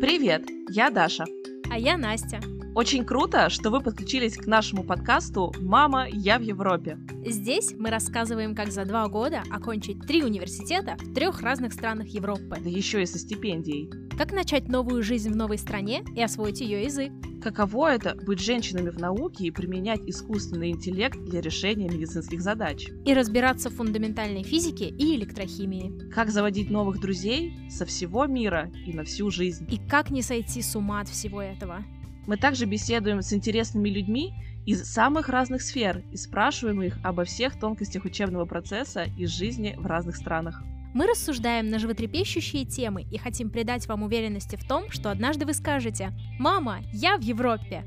Привет, я Даша. А я Настя. Очень круто, что вы подключились к нашему подкасту «Мама, я в Европе». Здесь мы рассказываем, как за два года окончить три университета в трех разных странах Европы, Да еще и со стипендией. как начать новую жизнь в новой стране и освоить ее язык, Каково это быть женщинами в науке и применять искусственный интеллект для решения медицинских задач? и разбираться в фундаментальной физике и электрохимии, Как заводить новых друзей со всего мира и на всю жизнь? и как не сойти с ума от всего этого. Мы также беседуем с интересными людьми из самых разных сфер и спрашиваем их обо всех тонкостях учебного процесса и жизни в разных странах. Мы рассуждаем на животрепещущие темы и хотим придать вам уверенности в том, что однажды вы скажете «Мама, я в Европе!»